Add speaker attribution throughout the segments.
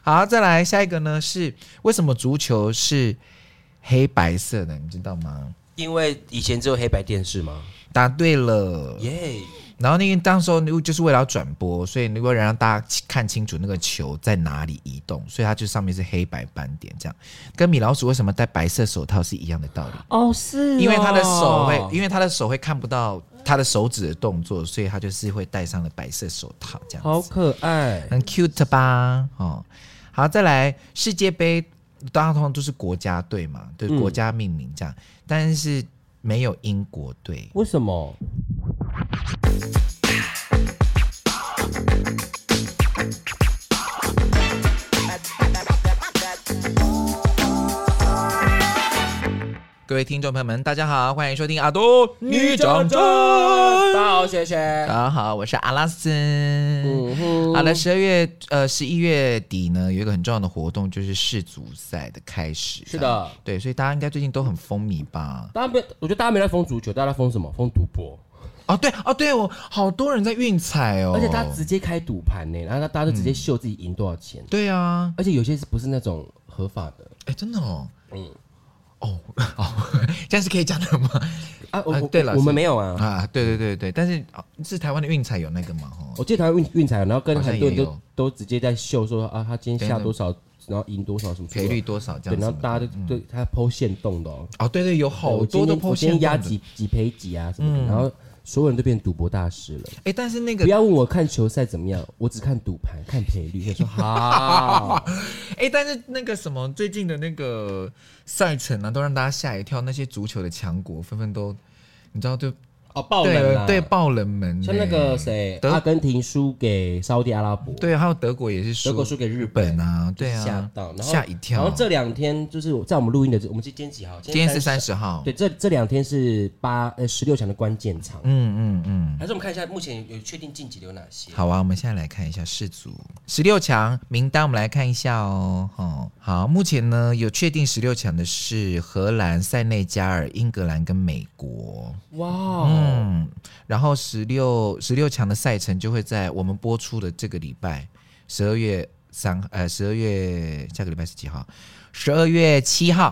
Speaker 1: 好，再来下一个呢是为什么足球是黑白色的？你知道吗？
Speaker 2: 因为以前只有黑白电视嘛，
Speaker 1: 答对了。
Speaker 2: 耶、
Speaker 1: 然后那个当时候就是为了要转播，所以如果让大家看清楚那个球在哪里移动，所以它就上面是黑白斑点，这样跟米老鼠为什么戴白色手套是一样的道理，
Speaker 3: 哦，是哦
Speaker 1: 因为他的手会，因为他的手会看不到他的手指的动作，所以他就是会戴上了白色手套这样子。
Speaker 2: 好可爱。
Speaker 1: 很 cute 吧？哦，好，再来世界杯，大家通常都是国家队嘛，对、
Speaker 2: 嗯
Speaker 1: 国家命名这样，但是没有英国队，
Speaker 2: 为什么？
Speaker 1: 各位听众朋友们，大家好，欢迎收听阿多女长征。
Speaker 2: 大家好，谢谢。
Speaker 1: 大家好，我是阿拉斯。
Speaker 2: 嗯哼，
Speaker 1: 好了，十二月呃十一月底呢，有一个很重要的活动，就是世足赛的开始。
Speaker 2: 是的，
Speaker 1: 对，所以大家应该最近都很风靡吧？
Speaker 2: 大家没，我觉得大家没在封足球，大家在封什么？封赌博，
Speaker 1: 哦，对，哦，对，我好多人在运彩哦，
Speaker 2: 而且他直接开赌盘呢，然后大家就直接秀自己赢多少钱，
Speaker 1: 对啊，
Speaker 2: 而且有些是不是那种合法的？
Speaker 1: 哎，真的哦，
Speaker 2: 嗯
Speaker 1: 哦哦，这样是可以讲的吗？
Speaker 2: 啊，我、
Speaker 1: 啊
Speaker 2: 我
Speaker 1: 对了
Speaker 2: 我
Speaker 1: 是
Speaker 2: 们没有啊。
Speaker 1: 啊，对对对对，但是、哦是台湾的运彩有那个吗？哦，
Speaker 2: 我记得台湾运运彩，然后跟
Speaker 1: 好像
Speaker 2: 很多人
Speaker 1: 也
Speaker 2: 都
Speaker 1: 有
Speaker 2: 都直接在秀说啊，他今天下多少，然后赢多少什么
Speaker 1: 赔率多少这
Speaker 2: 对，
Speaker 1: 样子？
Speaker 2: 然后大家就对他剖线动的哦，
Speaker 1: 哦，对对，有
Speaker 2: 对
Speaker 1: 嗯好
Speaker 2: 我今
Speaker 1: 多都
Speaker 2: 天
Speaker 1: 抛
Speaker 2: 我今天
Speaker 1: 线
Speaker 2: 压
Speaker 1: 动的嗯
Speaker 2: 几几赔几啊什么的，然后所有人都变赌博大师了。
Speaker 1: 哎，但是那个
Speaker 2: 不要问我看球赛怎么样，我只看赌盘，看赔率。我说 好，
Speaker 1: 哎、但是那个什么，最近的那个赛程啊，都让大家吓一跳。那些足球的强国纷纷都，你知道就
Speaker 2: 哦，爆冷
Speaker 1: 对
Speaker 2: 啊！
Speaker 1: 对爆冷门欸、
Speaker 2: 像那个谁，
Speaker 1: 德
Speaker 2: 阿根廷输给沙地阿拉伯，
Speaker 1: 对，还有德国也是输，
Speaker 2: 德国输给日
Speaker 1: 日本
Speaker 2: 啊，
Speaker 1: 啊，对啊，
Speaker 2: 吓到，然后
Speaker 1: 吓一跳。
Speaker 2: 然后这两天就是我在我们录音的这，我们今天几号？
Speaker 1: 今天是
Speaker 2: 30
Speaker 1: 三十号，
Speaker 2: 对，这这两天是八呃十六强的关键场，
Speaker 1: 嗯嗯嗯，
Speaker 2: 还是我们看一下目前有确定晋级的有哪些？
Speaker 1: 好啊，我们现在来看一下世足十六强名单，我们来看一下哦。哦，好，目前呢有确定十六强的是荷兰、塞内加尔、英格兰跟美国。
Speaker 2: 哇、
Speaker 1: 嗯，然后十六十六强的赛程就会在我们播出的这个礼拜，十二月三呃十二月下个礼拜是几号？十二月七号。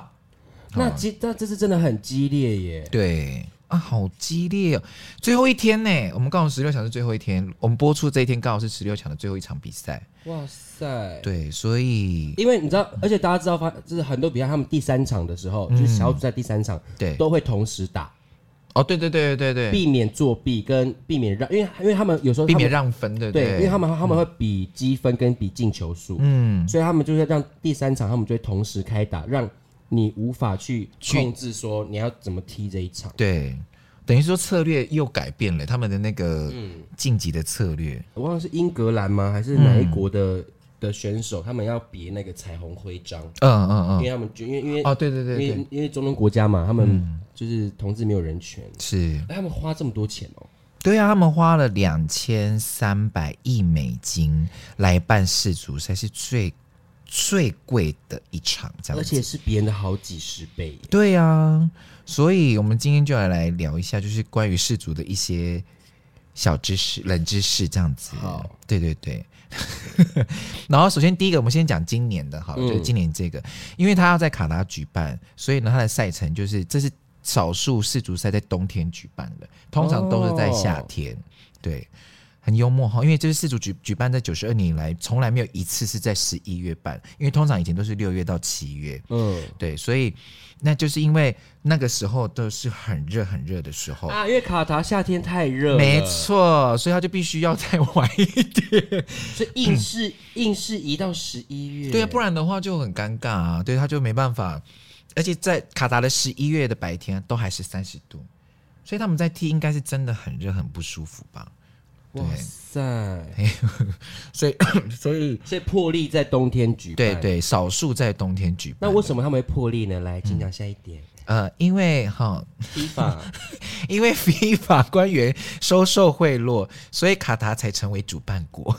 Speaker 1: 哦
Speaker 2: 那激那这次真的很激烈耶！
Speaker 1: 对啊，好激烈哦！最后一天呢，我们刚好十六强是最后一天，我们播出这一天刚好是十六强的最后一场比赛。
Speaker 2: 哇塞，
Speaker 1: 对，所以
Speaker 2: 因为你知道，而且大家知道发，就是很多比赛他们第三场的时候，就是小组赛第三场
Speaker 1: 嗯对
Speaker 2: 都会同时打，
Speaker 1: 哦，对对对对对对，
Speaker 2: 避免作弊跟避免让，因为因为他们有时候他
Speaker 1: 避
Speaker 2: 们
Speaker 1: 免让分，对不
Speaker 2: 对，因为
Speaker 1: 对
Speaker 2: 他？们他们会比积分跟比进球数，
Speaker 1: 嗯，
Speaker 2: 所以他们就是让第三场他们就会同时开打，让你无法去
Speaker 1: 去
Speaker 2: 控制说你要怎么踢这一场。
Speaker 1: 对，等于说策略又改变了他们的那个晋级的策略。
Speaker 2: 我忘了是英格兰吗？还是
Speaker 1: 嗯
Speaker 2: 哪一国的、的选手？他们要别那个彩虹徽章，
Speaker 1: 嗯嗯嗯
Speaker 2: 因为他们就因为因为、
Speaker 1: 哦，对对对
Speaker 2: 因为
Speaker 1: 对，嗯
Speaker 2: 因为中东国家嘛，他们就是同志没有人权，
Speaker 1: 是，
Speaker 2: 哎他们花这么多钱哦、
Speaker 1: 对啊，他们花了两千三百亿美金来办世足赛，是最最贵的一场，这样
Speaker 2: 而
Speaker 1: 子。
Speaker 2: 且是别人的好几十倍耶。
Speaker 1: 对啊，所以我们今天就来来聊一下，就是关于世足的一些小知识、冷知识这样子。
Speaker 2: 好，
Speaker 1: 对对对。 然后首先第一个，我们先讲今年的好了，就是今年这个，因为它要在卡达举办，所以呢，它的赛程就是这是少数世足赛在冬天举办的，通常都是在夏天。对。很幽默哈，因为这是世足举举办在九十二年以来，从来没有一次是在十一月办，因为通常以前都是六月到七月，
Speaker 2: 嗯
Speaker 1: 对，所以那就是因为那个时候都是很热很热的时候，
Speaker 2: 啊，因为卡达夏天太热了，
Speaker 1: 哦没错，所以他就必须要再 晚一点。
Speaker 2: 所以硬是硬是移到十一月。
Speaker 1: 嗯对啊，不然的话就很尴尬啊，对，他就没办法。而且在卡达的十一月的白天都还是三十度，所以他们在踢应该是真的很热很不舒服吧。
Speaker 2: 哇塞，
Speaker 1: 哎所以所以
Speaker 2: 所以破例在冬天举办。
Speaker 1: 对。对，少数在冬天举
Speaker 2: 哎那
Speaker 1: 办。
Speaker 2: 为什么他们会破例呢？来，请讲下一点。
Speaker 1: 呃，因为哈，
Speaker 2: 踢法，
Speaker 1: 因为 FIFA 官员收受贿赂，所以卡达才成为主办国。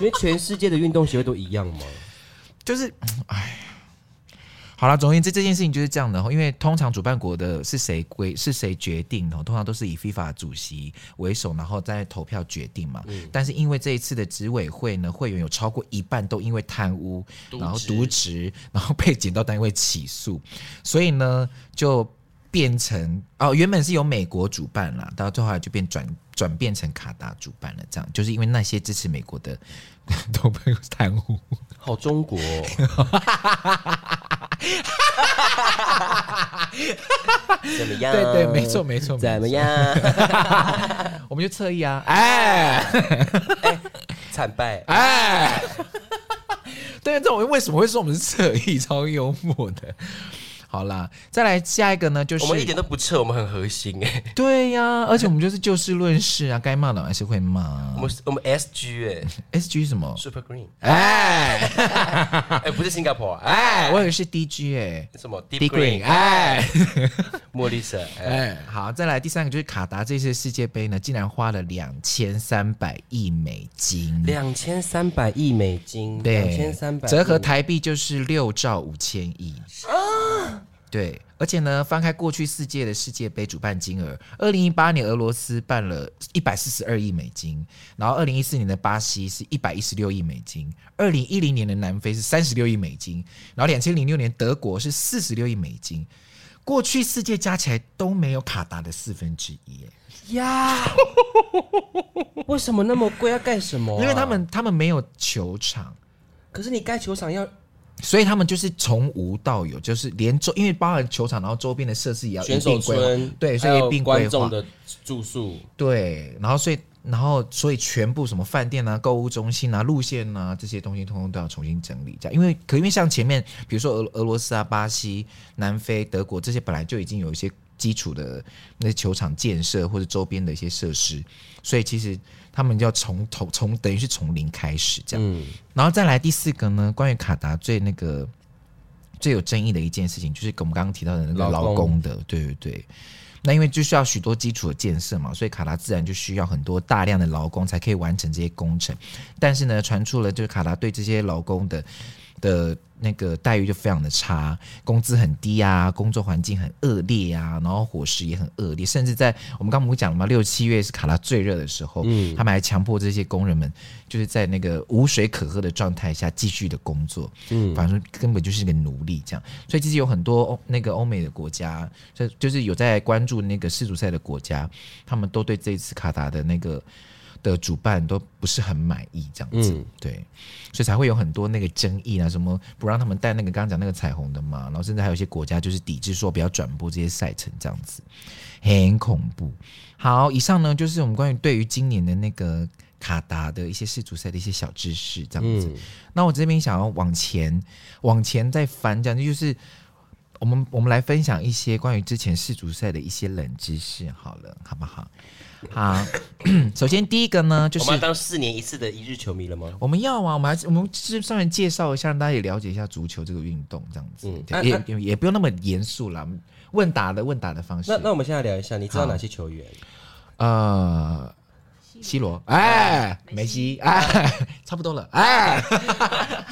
Speaker 2: 因为全世界的运动协会都一样吗？
Speaker 1: 就是，哎，好了，总而言之，这件事情就是这样的哦。因为通常主办国的是谁规是谁决定哦，通常都是以 FIFA 主席为首，然后再投票决定嘛。
Speaker 2: 嗯
Speaker 1: 但是因为这一次的执委会呢，会员有超过一半都因为贪污，
Speaker 2: 渎
Speaker 1: 然后
Speaker 2: 职
Speaker 1: 渎职，然后被检到单位起诉，所以呢就。变成哦，原本是由美国主办啦，到最后来就变转转变成卡达主办了，这样就是因为那些支持美国的 都被贪污。
Speaker 2: 好中国、哦，怎么样？
Speaker 1: 对对，没错没错，没错
Speaker 3: 怎么样？
Speaker 1: 我们就侧翼啊，哎
Speaker 3: 惨败，
Speaker 1: 哎， 对啊，这种为什么会说我们是侧翼，超幽默的。好啦，再来下一个呢，就是哦
Speaker 3: 我们一点都不撤，我们很核心哎、
Speaker 1: 对呀、而且我们就是就事论事啊，该骂的还是会骂
Speaker 3: 我。们我们 SG 哎、
Speaker 1: S G 什么？
Speaker 3: Super Green
Speaker 1: 哎
Speaker 3: 哎、不是新加
Speaker 2: 啊
Speaker 3: 坡哎、
Speaker 1: 哎， 我以为是 D G 哎
Speaker 3: 什么
Speaker 1: ，D
Speaker 3: Deep
Speaker 1: Green
Speaker 3: Green
Speaker 1: 哎。
Speaker 3: 茉莉色哎、
Speaker 1: 哎，好，再来第三个就是卡达这次世界杯呢，竟然花了两千三百亿美金，
Speaker 2: 两千三百亿美金，
Speaker 1: 对，
Speaker 2: 两千三百
Speaker 1: 折合台币就是六兆五千亿对，而且呢，翻开过去世界的世界杯主办金额，二零一八年俄罗斯办了一百四十二亿美金，然后二零一四年的巴西是一百一十六亿美金，二零一零年的南非是三十六亿美金，然后两千零六年德国是四十六亿美金。过去世界加起来都没有卡达的四分之一耶，
Speaker 2: 呀，为什么那么贵？要干什么啊、
Speaker 1: 因为他们他们没有球场，
Speaker 2: 可是你盖球场要
Speaker 1: 所以他们就是从无到有，就是连周，因为包含球场，然后周边的设施也要
Speaker 2: 选
Speaker 1: 一
Speaker 2: 手
Speaker 1: 并规
Speaker 2: 村
Speaker 1: 划，，对，所以一并
Speaker 2: 还
Speaker 1: 规
Speaker 2: 有观众
Speaker 1: 划，
Speaker 2: 的住宿，
Speaker 1: 对，然后所以然后所以全部什么饭店啊、购物中心啊、路线啊这些东西，通通都要重新整理一下，因为可因为像前面，比如说俄俄罗斯啊、巴西、南非、德国这些本来就已经有一些基础的那些球场建设或者周边的一些设施，所以其实他们要从头从等于是从零开始这样。
Speaker 2: 嗯，
Speaker 1: 然后再来第四个呢，关于卡达最那个最有争议的一件事情，就是我们刚刚提到的那个
Speaker 2: 劳
Speaker 1: 劳
Speaker 2: 工
Speaker 1: 工的，对对对。那因为就需要许多基础的建设嘛，所以卡达自然就需要很多大量的劳工才可以完成这些工程。但是呢，传出了就是卡达对这些劳工的的那个待遇就非常的差，工资很低啊，工作环境很恶劣啊，然后伙食也很恶劣，甚至在我们刚刚不是讲了吗？六七月是卡达最热的时候，
Speaker 2: 嗯
Speaker 1: 他们还强迫这些工人们就是在那个无水可喝的状态下继续的工作，嗯，反正根本就是个奴隶这样。所以其实有很多欧那个欧美的国家，就就是有在关注那个世足赛的国家，他们都对这一次卡达的那个。的主办都不是很满意，这样子，
Speaker 2: 嗯
Speaker 1: 对，所以才会有很多那个争议啊，什么不让他们带那个刚刚讲那个彩虹的嘛，然后甚至还有一些国家就是抵制说不要转播这些赛程这样子，很恐怖。好，以上呢就是我们关于对于今年的那个卡达的一些世足赛的一些小知识这样子。那我这边想要往前往前再翻，这样就是我们我们来分享一些关于之前世足赛的一些冷知识，好了，好不好？好， 首先第一个呢就
Speaker 3: 我
Speaker 1: 是
Speaker 3: 们要当四年一次的一日球迷了吗？
Speaker 1: 我们要啊，我们还是我们是上面介绍一下，让大家也了解一下足球这个运动，这样子，对
Speaker 2: 啊
Speaker 1: 也、
Speaker 2: 啊
Speaker 1: 也也不嗯用那么严肃啦。问答的问答的方式
Speaker 2: 那，那我们现在聊一下，你知道哪些球员？
Speaker 1: 呃，C 罗，哎，梅西，哎， 差不多了，哎，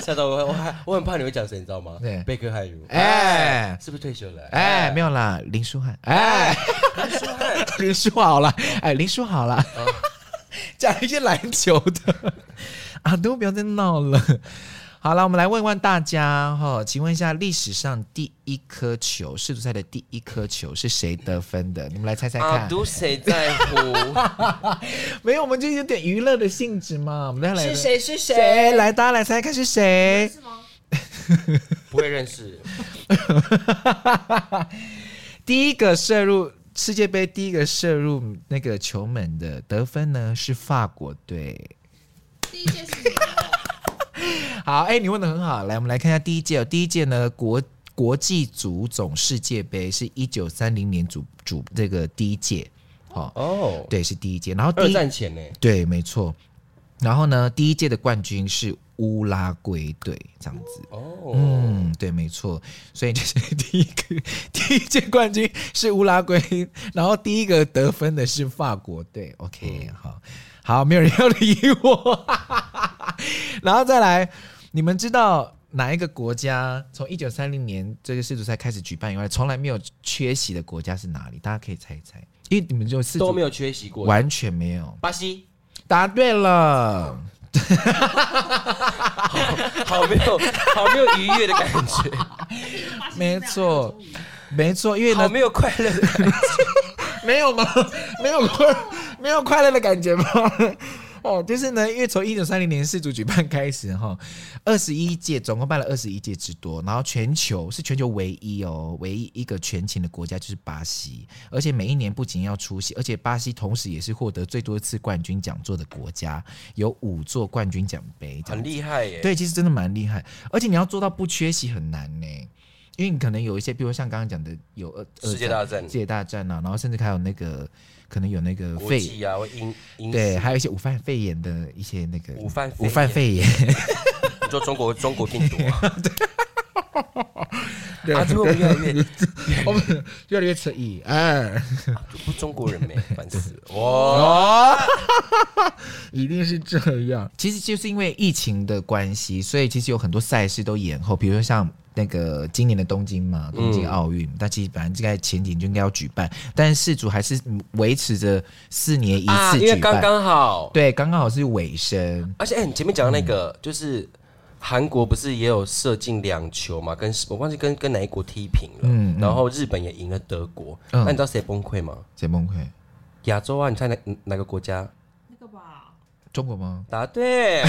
Speaker 2: 吓到我，我 还我很怕你会讲谁，你知道吗？
Speaker 1: 对
Speaker 2: 贝克汉姆，
Speaker 1: 哎，
Speaker 2: 是不是退休了？
Speaker 1: 哎，没有啦，林书涵，哎，林书豪好了，哎，林书豪了， 讲一些篮球的，啊，都不要再闹了。好了，我们来问问大家哈，请问一下，历史上第一颗球世足赛的第一颗球是谁得分的？你们来猜猜
Speaker 3: 啊，
Speaker 1: 看。
Speaker 3: 读谁在乎？
Speaker 1: 没有，我们就有点娱乐的性质嘛。我们再来
Speaker 4: 是谁？是谁
Speaker 1: 谁？？来，大家来猜猜看是谁？
Speaker 4: 是吗？
Speaker 3: 不会认识，
Speaker 1: 第一个射入世界杯第一个射入那个球门的得分呢是法国队。
Speaker 4: 第一件事情，
Speaker 1: 好，哎、你问的很好，来，我们来看一下第一届、哦。第一届呢，国国际足总世界杯是一九三零年主主这个第一届，哦，
Speaker 2: 哦，
Speaker 1: 对，是第一届。然后
Speaker 2: 二
Speaker 1: 第一
Speaker 2: 战前呢？
Speaker 1: 对，没错。然后呢，第一届的冠军是乌拉圭队，这样子。
Speaker 2: 哦，
Speaker 1: 嗯，对，没错，所以就是 第一个第一届冠军是乌拉圭，然后第一个得分的是法国队。OK，、好，
Speaker 2: 嗯
Speaker 1: 好，没有人要理我，然后再来，你们知道哪一个国家从一九三零年这个世足赛开始举办以外，从来没有缺席的国家是哪里？大家可以猜一猜，因为你们就世
Speaker 2: 都
Speaker 1: 足
Speaker 2: 没有缺席过。
Speaker 1: 完全没有。
Speaker 2: 巴西，
Speaker 1: 答对了，
Speaker 2: 好没有， 好没有愉悦的感觉，
Speaker 1: 没错没错，因为
Speaker 2: 好
Speaker 1: 呢，
Speaker 2: 没有快 乐的感觉。
Speaker 1: 没有吗？ 没有快，没有快乐的感觉吗？ 哦，就是呢，因为从一九三零年世足举办开始哈，二十一届总共办了二十一届之多，然后全球是全球唯一哦，唯一一个全勤的国家就是巴西，而且每一年不仅要出席，而且巴西同时也是获得最多次冠军讲座的国家，有五座冠军奖杯，这样
Speaker 2: 很厉害耶。
Speaker 1: 对，其实真的蛮厉害，而且你要做到不缺席很难呢、因为你可能有一些，比如像刚刚讲的有二二
Speaker 2: 世界
Speaker 1: 战
Speaker 2: 大战
Speaker 1: 世界大战啊，然后甚至还有那个可能有那个
Speaker 2: 国
Speaker 1: 肺，
Speaker 2: 际啊，或英英
Speaker 1: 对，
Speaker 2: 系，
Speaker 1: 还有一些武汉肺炎的一些那个
Speaker 2: 武汉肺
Speaker 1: 武汉
Speaker 2: 炎
Speaker 1: 肺炎，
Speaker 2: 你说中国中国病毒啊，
Speaker 1: 对 哦
Speaker 2: 啊，就会越来越
Speaker 1: 我们越来越扯哎一二，
Speaker 2: 就不中国人没烦死了哇！
Speaker 1: 哦，一定是这样。其实就是因为疫情的关系，所以其实有很多赛事都延后，比如说像。那个今年的东京嘛，东
Speaker 2: 嗯
Speaker 1: 京奥运，但其实本来应该前几年就应该要举办，但是世足还是维持着四年一
Speaker 2: 啊，
Speaker 1: 次
Speaker 2: 因
Speaker 1: 举
Speaker 2: 为
Speaker 1: 办。
Speaker 2: 刚刚好，
Speaker 1: 对，刚刚好是尾声。
Speaker 2: 而且哎、你前面讲的那个、就是韩国不是也有射进两球嘛？跟我忘记跟跟哪一国踢平了，
Speaker 1: 嗯嗯
Speaker 2: 然后日本也赢了德国。
Speaker 1: 嗯
Speaker 2: 那你知道谁崩溃吗？
Speaker 1: 谁崩溃？
Speaker 2: 亚洲啊，你猜哪哪个国家？
Speaker 4: 那个吧，
Speaker 1: 中国吗？
Speaker 2: 答对！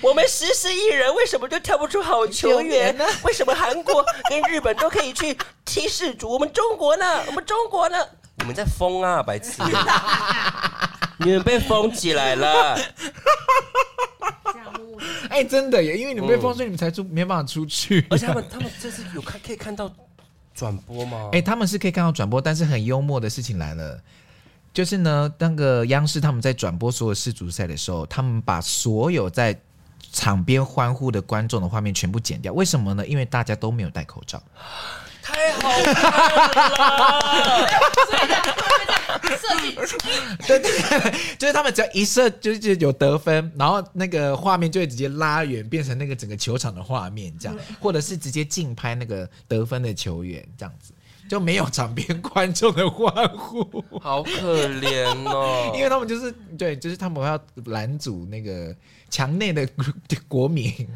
Speaker 2: 我们十四亿人为什么就跳不出好球员呢？为什么韩国跟日本都可以去踢世足，我们中国呢？我们中国呢？你们在疯啊，白痴！你们被封起来了。
Speaker 4: 这样木木
Speaker 1: 哎、真的耶，因为你们
Speaker 2: 嗯
Speaker 1: 被封，所以你们才出没办法出去。
Speaker 2: 而且他们他们这次有看可以看到转播吗？
Speaker 1: 哎、他们是可以看到转播，但是很幽默的事情来了，就是呢，那个央视他们在转播所有世足赛的时候，他们把所有在场边欢呼的观众的画面全部剪掉，为什么呢？因为大家都没有戴口罩。
Speaker 2: 太好了！
Speaker 4: 设计
Speaker 1: 对对，对就是他们只要一射就是有得分，然后那个画面就会直接拉远，变成那个整个球场的画面这样，或者是直接竞拍那个得分的球员这样子，就没有场边观众的欢呼，
Speaker 2: 好可怜 哦，
Speaker 1: 因为他们就是对，就是他们要拦阻那个墙内的国民。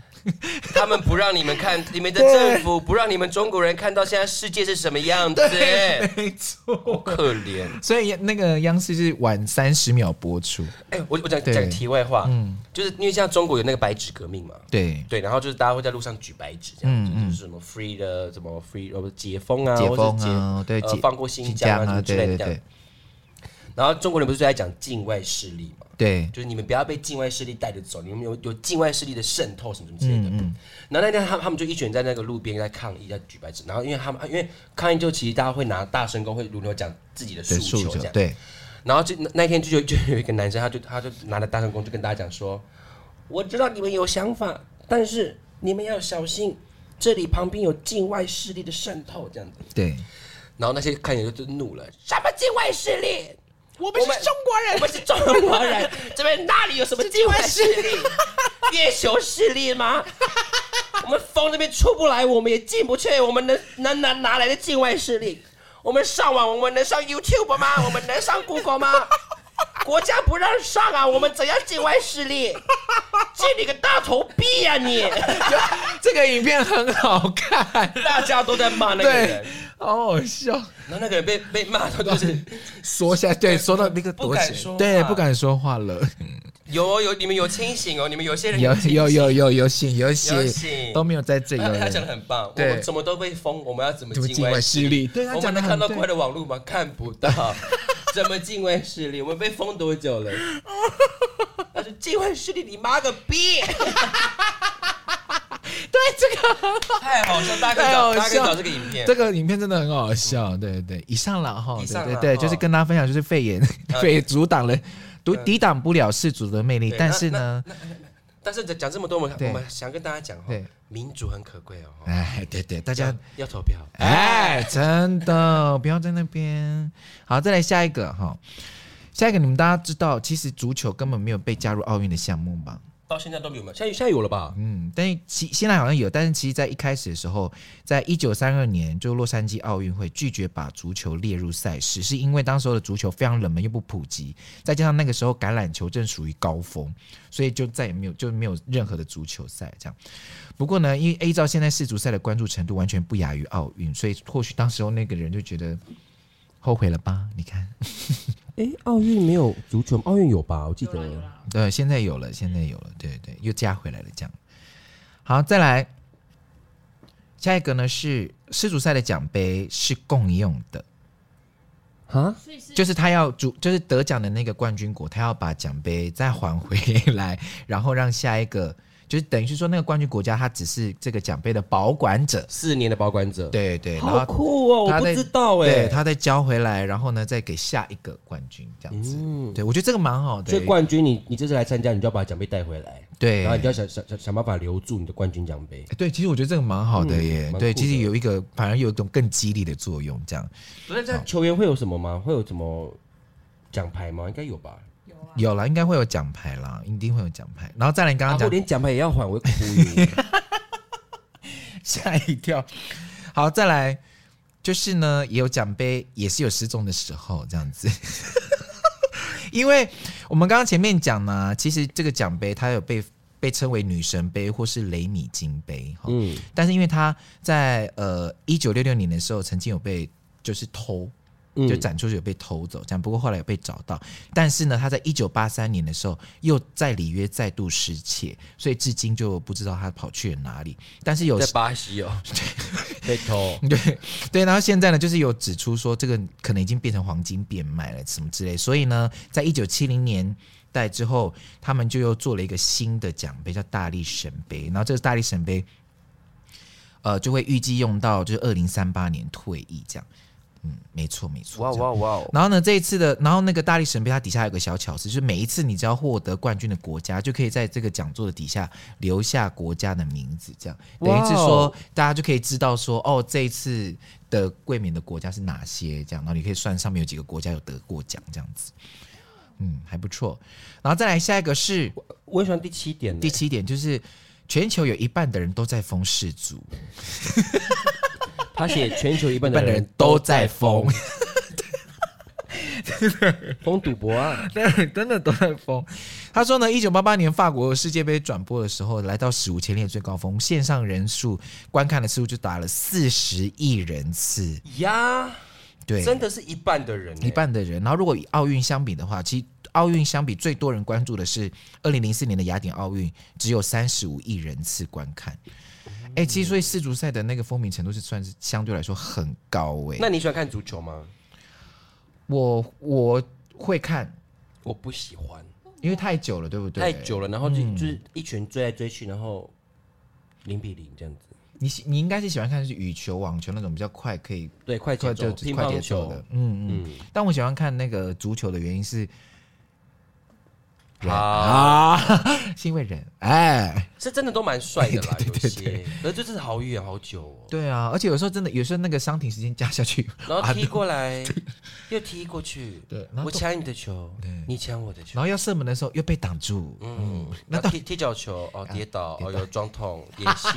Speaker 2: 他们不让你们看，你们的政府不让你们中国人看到现在世界是什么样子，
Speaker 1: 对，没
Speaker 2: 好
Speaker 1: 错。
Speaker 2: 可怜。
Speaker 1: 所以那个央视是晚三十秒播出，
Speaker 2: 哎、我我讲
Speaker 1: 对
Speaker 2: 讲个题外话，
Speaker 1: 嗯
Speaker 2: 就是因为像中国有那个白纸革命嘛，
Speaker 1: 对，
Speaker 2: 对，然后就是大家会在路上举白纸，这样子、
Speaker 1: 嗯嗯
Speaker 2: 就是什么 free 的，什么 free 呃不是解封啊，
Speaker 1: 解封
Speaker 2: 或者
Speaker 1: 啊，对，
Speaker 2: 呃
Speaker 1: 解
Speaker 2: 放过新疆啊什么之
Speaker 1: 对
Speaker 2: 类
Speaker 1: 对
Speaker 2: 的这样
Speaker 1: 对
Speaker 2: 然后中国人不是最爱讲境外势力嘛，
Speaker 1: 对，
Speaker 2: 就是你们不要被境外势力带着走，你们有有境外势力的渗透什么什么之类的。
Speaker 1: 嗯嗯，
Speaker 2: 然后那天他他们就一群人在那个路边在抗议，在举白纸。然后因为他们因为抗议就其实大家会拿大声公会轮流讲自己的诉
Speaker 1: 对，诉
Speaker 2: 求
Speaker 1: 求
Speaker 2: 这样。
Speaker 1: 对。
Speaker 2: 然后就那那天就就就有一个男生，他就他就拿着大声公就跟大家讲说：“我知道你们有想法，但是你们要小心，这里旁边有境外势力的渗透这样子。
Speaker 1: 对，”
Speaker 2: 然后那些看人就怒了：“什么境外势力？
Speaker 1: 我
Speaker 2: 们是中
Speaker 1: 国
Speaker 2: 我们是中国人，这边那里有什么境外势力？月球势力吗？我们风这边出不来，我们也进不去，我们能能能哪来的境外势力？我们上网，我们能上 YouTube 吗？我们能上 Google 吗？国家不让上啊，我们怎样境外势力？进你个大头逼呀、你！
Speaker 1: 这个影片很好看，
Speaker 2: 大家都在骂那个
Speaker 1: 对
Speaker 2: 人，，
Speaker 1: 好好笑，
Speaker 2: 然后那个人被被骂到就是
Speaker 1: 缩下对，缩到那个
Speaker 2: 不
Speaker 1: 躲
Speaker 2: 敢
Speaker 1: 起来
Speaker 2: 说
Speaker 1: 对，
Speaker 2: 话
Speaker 1: 不敢说话了，
Speaker 2: 有哦有你们有清醒哦，你们有些人
Speaker 1: 有
Speaker 2: 清醒
Speaker 1: 有有有有醒有
Speaker 2: 有
Speaker 1: 醒，
Speaker 2: 醒
Speaker 1: 都没有在这有
Speaker 2: 他他讲
Speaker 1: 人
Speaker 2: 的很棒，我
Speaker 1: 对
Speaker 2: 们怎么都被封，我们要怎么
Speaker 1: 怎么
Speaker 2: 境
Speaker 1: 境
Speaker 2: 外
Speaker 1: 外
Speaker 2: 势
Speaker 1: 势
Speaker 2: 力？
Speaker 1: 力，对他
Speaker 2: 我
Speaker 1: 讲
Speaker 2: 们
Speaker 1: 的很
Speaker 2: 能看到
Speaker 1: 对啊
Speaker 2: 国外的网络吗？看不 到，怎么境外势力？我们被封多久了？他说境外势力，你妈个 逼！
Speaker 1: 对这个
Speaker 2: 太好笑，大家可以
Speaker 1: 太好
Speaker 2: 找，大家可以
Speaker 1: 笑
Speaker 2: 找这个影片
Speaker 1: 这。个影片真的很好笑，对对，以上了哈，对
Speaker 2: 以上
Speaker 1: 对
Speaker 2: 啦
Speaker 1: 对，
Speaker 2: 哈
Speaker 1: 就
Speaker 2: 呃
Speaker 1: 是跟大家分享，就是肺炎，肺炎阻挡了，抵抵挡不了世足的魅力，
Speaker 2: 对
Speaker 1: 但
Speaker 2: 那
Speaker 1: 是呢，
Speaker 2: 但是讲这么多，我们
Speaker 1: 对
Speaker 2: 我们想跟大家讲哈哦
Speaker 1: 对，
Speaker 2: 民主很可贵哦，哈
Speaker 1: 哎，对对，大家
Speaker 2: 要要投票。
Speaker 1: 哎，真的不要在那边。好，再来下一个哈，下一个你们大家知道，其实足球根本没有被加入奥运的项目吧？
Speaker 3: 到现在都没有吗？现在现在有了吧？
Speaker 1: 嗯，但是其现在好像有，但是其实，在一开始的时候，在一九三二年就洛杉矶奥运会拒绝把足球列入赛事，是因为当时候的足球非常冷门又不普及，再加上那个时候橄榄球正属于高峰，所以就再也没有就没有任何的足球赛这样。不过呢，因为 A 照现在世足赛的关注程度完全不亚于奥运，所以或许当时候那个人就觉得后悔了吧？你看，
Speaker 2: 哎、奥运没有足球，奥运有吧？我记
Speaker 4: 有
Speaker 2: 得
Speaker 4: 啦有啦，
Speaker 1: 对，现在有了，现在有了，对对，又加回来了，这样。好，再来，下一个呢是世足赛的奖杯是共用的，
Speaker 2: 啊，
Speaker 4: 所以是
Speaker 1: 就是他要主，就是得奖的那个冠军国，他要把奖杯再还回来，然后让下一个，就是等于是说那个冠军国家，他只是这个奖杯的保管者，
Speaker 2: 四年的保管者，
Speaker 1: 对对，然
Speaker 3: 好
Speaker 1: 后
Speaker 3: 酷哦！我
Speaker 1: 他
Speaker 3: 不
Speaker 1: 在
Speaker 3: 知道哎、
Speaker 2: 欸
Speaker 1: 对，他再交回来，然后呢再给下一个冠军这样子，
Speaker 2: 嗯，
Speaker 1: 对我觉得这个蛮好的，
Speaker 2: 所以冠军你你这次来参加，你就要把奖杯带回来，
Speaker 1: 对，
Speaker 2: 然后你就要想想想想办法留住你的冠军奖杯。
Speaker 1: 欸对，其实我觉得这个蛮好的耶。
Speaker 2: 嗯蛮酷
Speaker 1: 对，
Speaker 2: 的
Speaker 1: 其实有一个反而有一种更激励的作用，这样
Speaker 2: 不是，在球员会有什么吗？会有什么奖牌吗？应该有吧。
Speaker 4: 有啊，
Speaker 1: 有啦，应该会有奖牌啦，一定会有奖牌。然后再来，你刚
Speaker 2: 啊
Speaker 1: 刚
Speaker 2: 我
Speaker 1: 讲、
Speaker 2: 连奖牌也要还，我会哭哟。
Speaker 1: 吓一跳。好，再来就是呢，也有奖杯，也是有失踪的时候，这样子。 因为我们刚刚前面讲呢，其实这个奖杯它有被被称为女神杯或是雷米金杯，哈、
Speaker 2: 嗯，
Speaker 1: 但是因为它在呃一九六六年的时候曾经有被就是偷，
Speaker 2: 嗯
Speaker 1: 就展出有被偷走这样，不过后来有被找到。但是呢，他在一九八三年的时候又在里约再度失窃，所以至今就不知道他跑去了哪里。但是有
Speaker 2: 在巴西哦，被偷。
Speaker 1: 对对，然后现在呢，就是有指出说这个可能已经变成黄金变卖了什么之类，所以呢，在一九七零年代之后，他们就又做了一个新的奖杯，叫大力神杯，然后这个大力神杯，呃，就会预计用到就是二零三八年退役这样，嗯，没错没错，
Speaker 3: 哇
Speaker 1: 这样
Speaker 3: 哇哇哦！
Speaker 1: 然后呢，这一次的，然后那个大力神杯它底下有个小巧思，就是每一次你只要获得冠军的国家，就可以在这个讲座的底下留下国家的名字，这样等于是
Speaker 2: 哇
Speaker 1: 说
Speaker 2: 哦
Speaker 1: 大家就可以知道说，哦，这一次的卫冕的国家是哪些，这样，然后你可以算上面有几个国家有得过奖，这样子，嗯，还不错。然后再来下一个是
Speaker 2: 我很喜欢第七点呢，
Speaker 1: 第七点，就是全球有一半的人都在封氏族，
Speaker 2: 他写全球一半
Speaker 1: 一
Speaker 2: 的
Speaker 1: 半的
Speaker 2: 人
Speaker 1: 人都在 封。
Speaker 2: 封赌博 啊，
Speaker 1: 对， 真的都在疯。他说呢，一九八八年法国世界杯转播的时候，来到史无前例的最高峰，线上人数观看的次数就达了四十亿人次，
Speaker 2: 呀，
Speaker 1: 对，
Speaker 2: 真的是一半的人，欸
Speaker 1: 一。半的人。然后如果以奥运相比的话，其实奥运相比最多人关注的是二零零四年的雅典奥运，只有三十五亿人次观看。
Speaker 2: 嗯
Speaker 1: 哎、其实所以世足赛的那个风靡程度是算是相对来说很高哎、
Speaker 2: 那你喜欢看足球吗？
Speaker 1: 我我会看，
Speaker 2: 我不喜欢，
Speaker 1: 因为太久了，对不对？嗯
Speaker 2: 太久了，然后就就是一群追来追去，然后零比零这样子。
Speaker 1: 你喜你应该是喜欢看是羽球、网球那种比较快可以
Speaker 2: 对，快
Speaker 1: 快
Speaker 2: 节
Speaker 1: 就
Speaker 2: 奏，乒
Speaker 1: 快
Speaker 2: 乓
Speaker 1: 节奏
Speaker 2: 球
Speaker 1: 的，嗯嗯。
Speaker 2: 嗯，
Speaker 1: 但我喜欢看那个足球的原因是
Speaker 2: 啊，
Speaker 1: 啊， 是因为人哎，
Speaker 2: 是真的都蛮 帅的啦，有些，可是就是好远好久哦，
Speaker 1: 对啊，而且有时候真的有时候那个伤停时间加下去，
Speaker 2: 然后
Speaker 1: 啊
Speaker 2: 踢过来， 又踢过去，
Speaker 1: 对然后都
Speaker 2: 我抢你的球
Speaker 1: 对，
Speaker 2: 你抢我的球
Speaker 1: 然，后要射门的时候又被挡住，
Speaker 2: 嗯，那踢踢脚球
Speaker 1: 啊
Speaker 2: 哦，跌倒哦，有装痛， 演戏，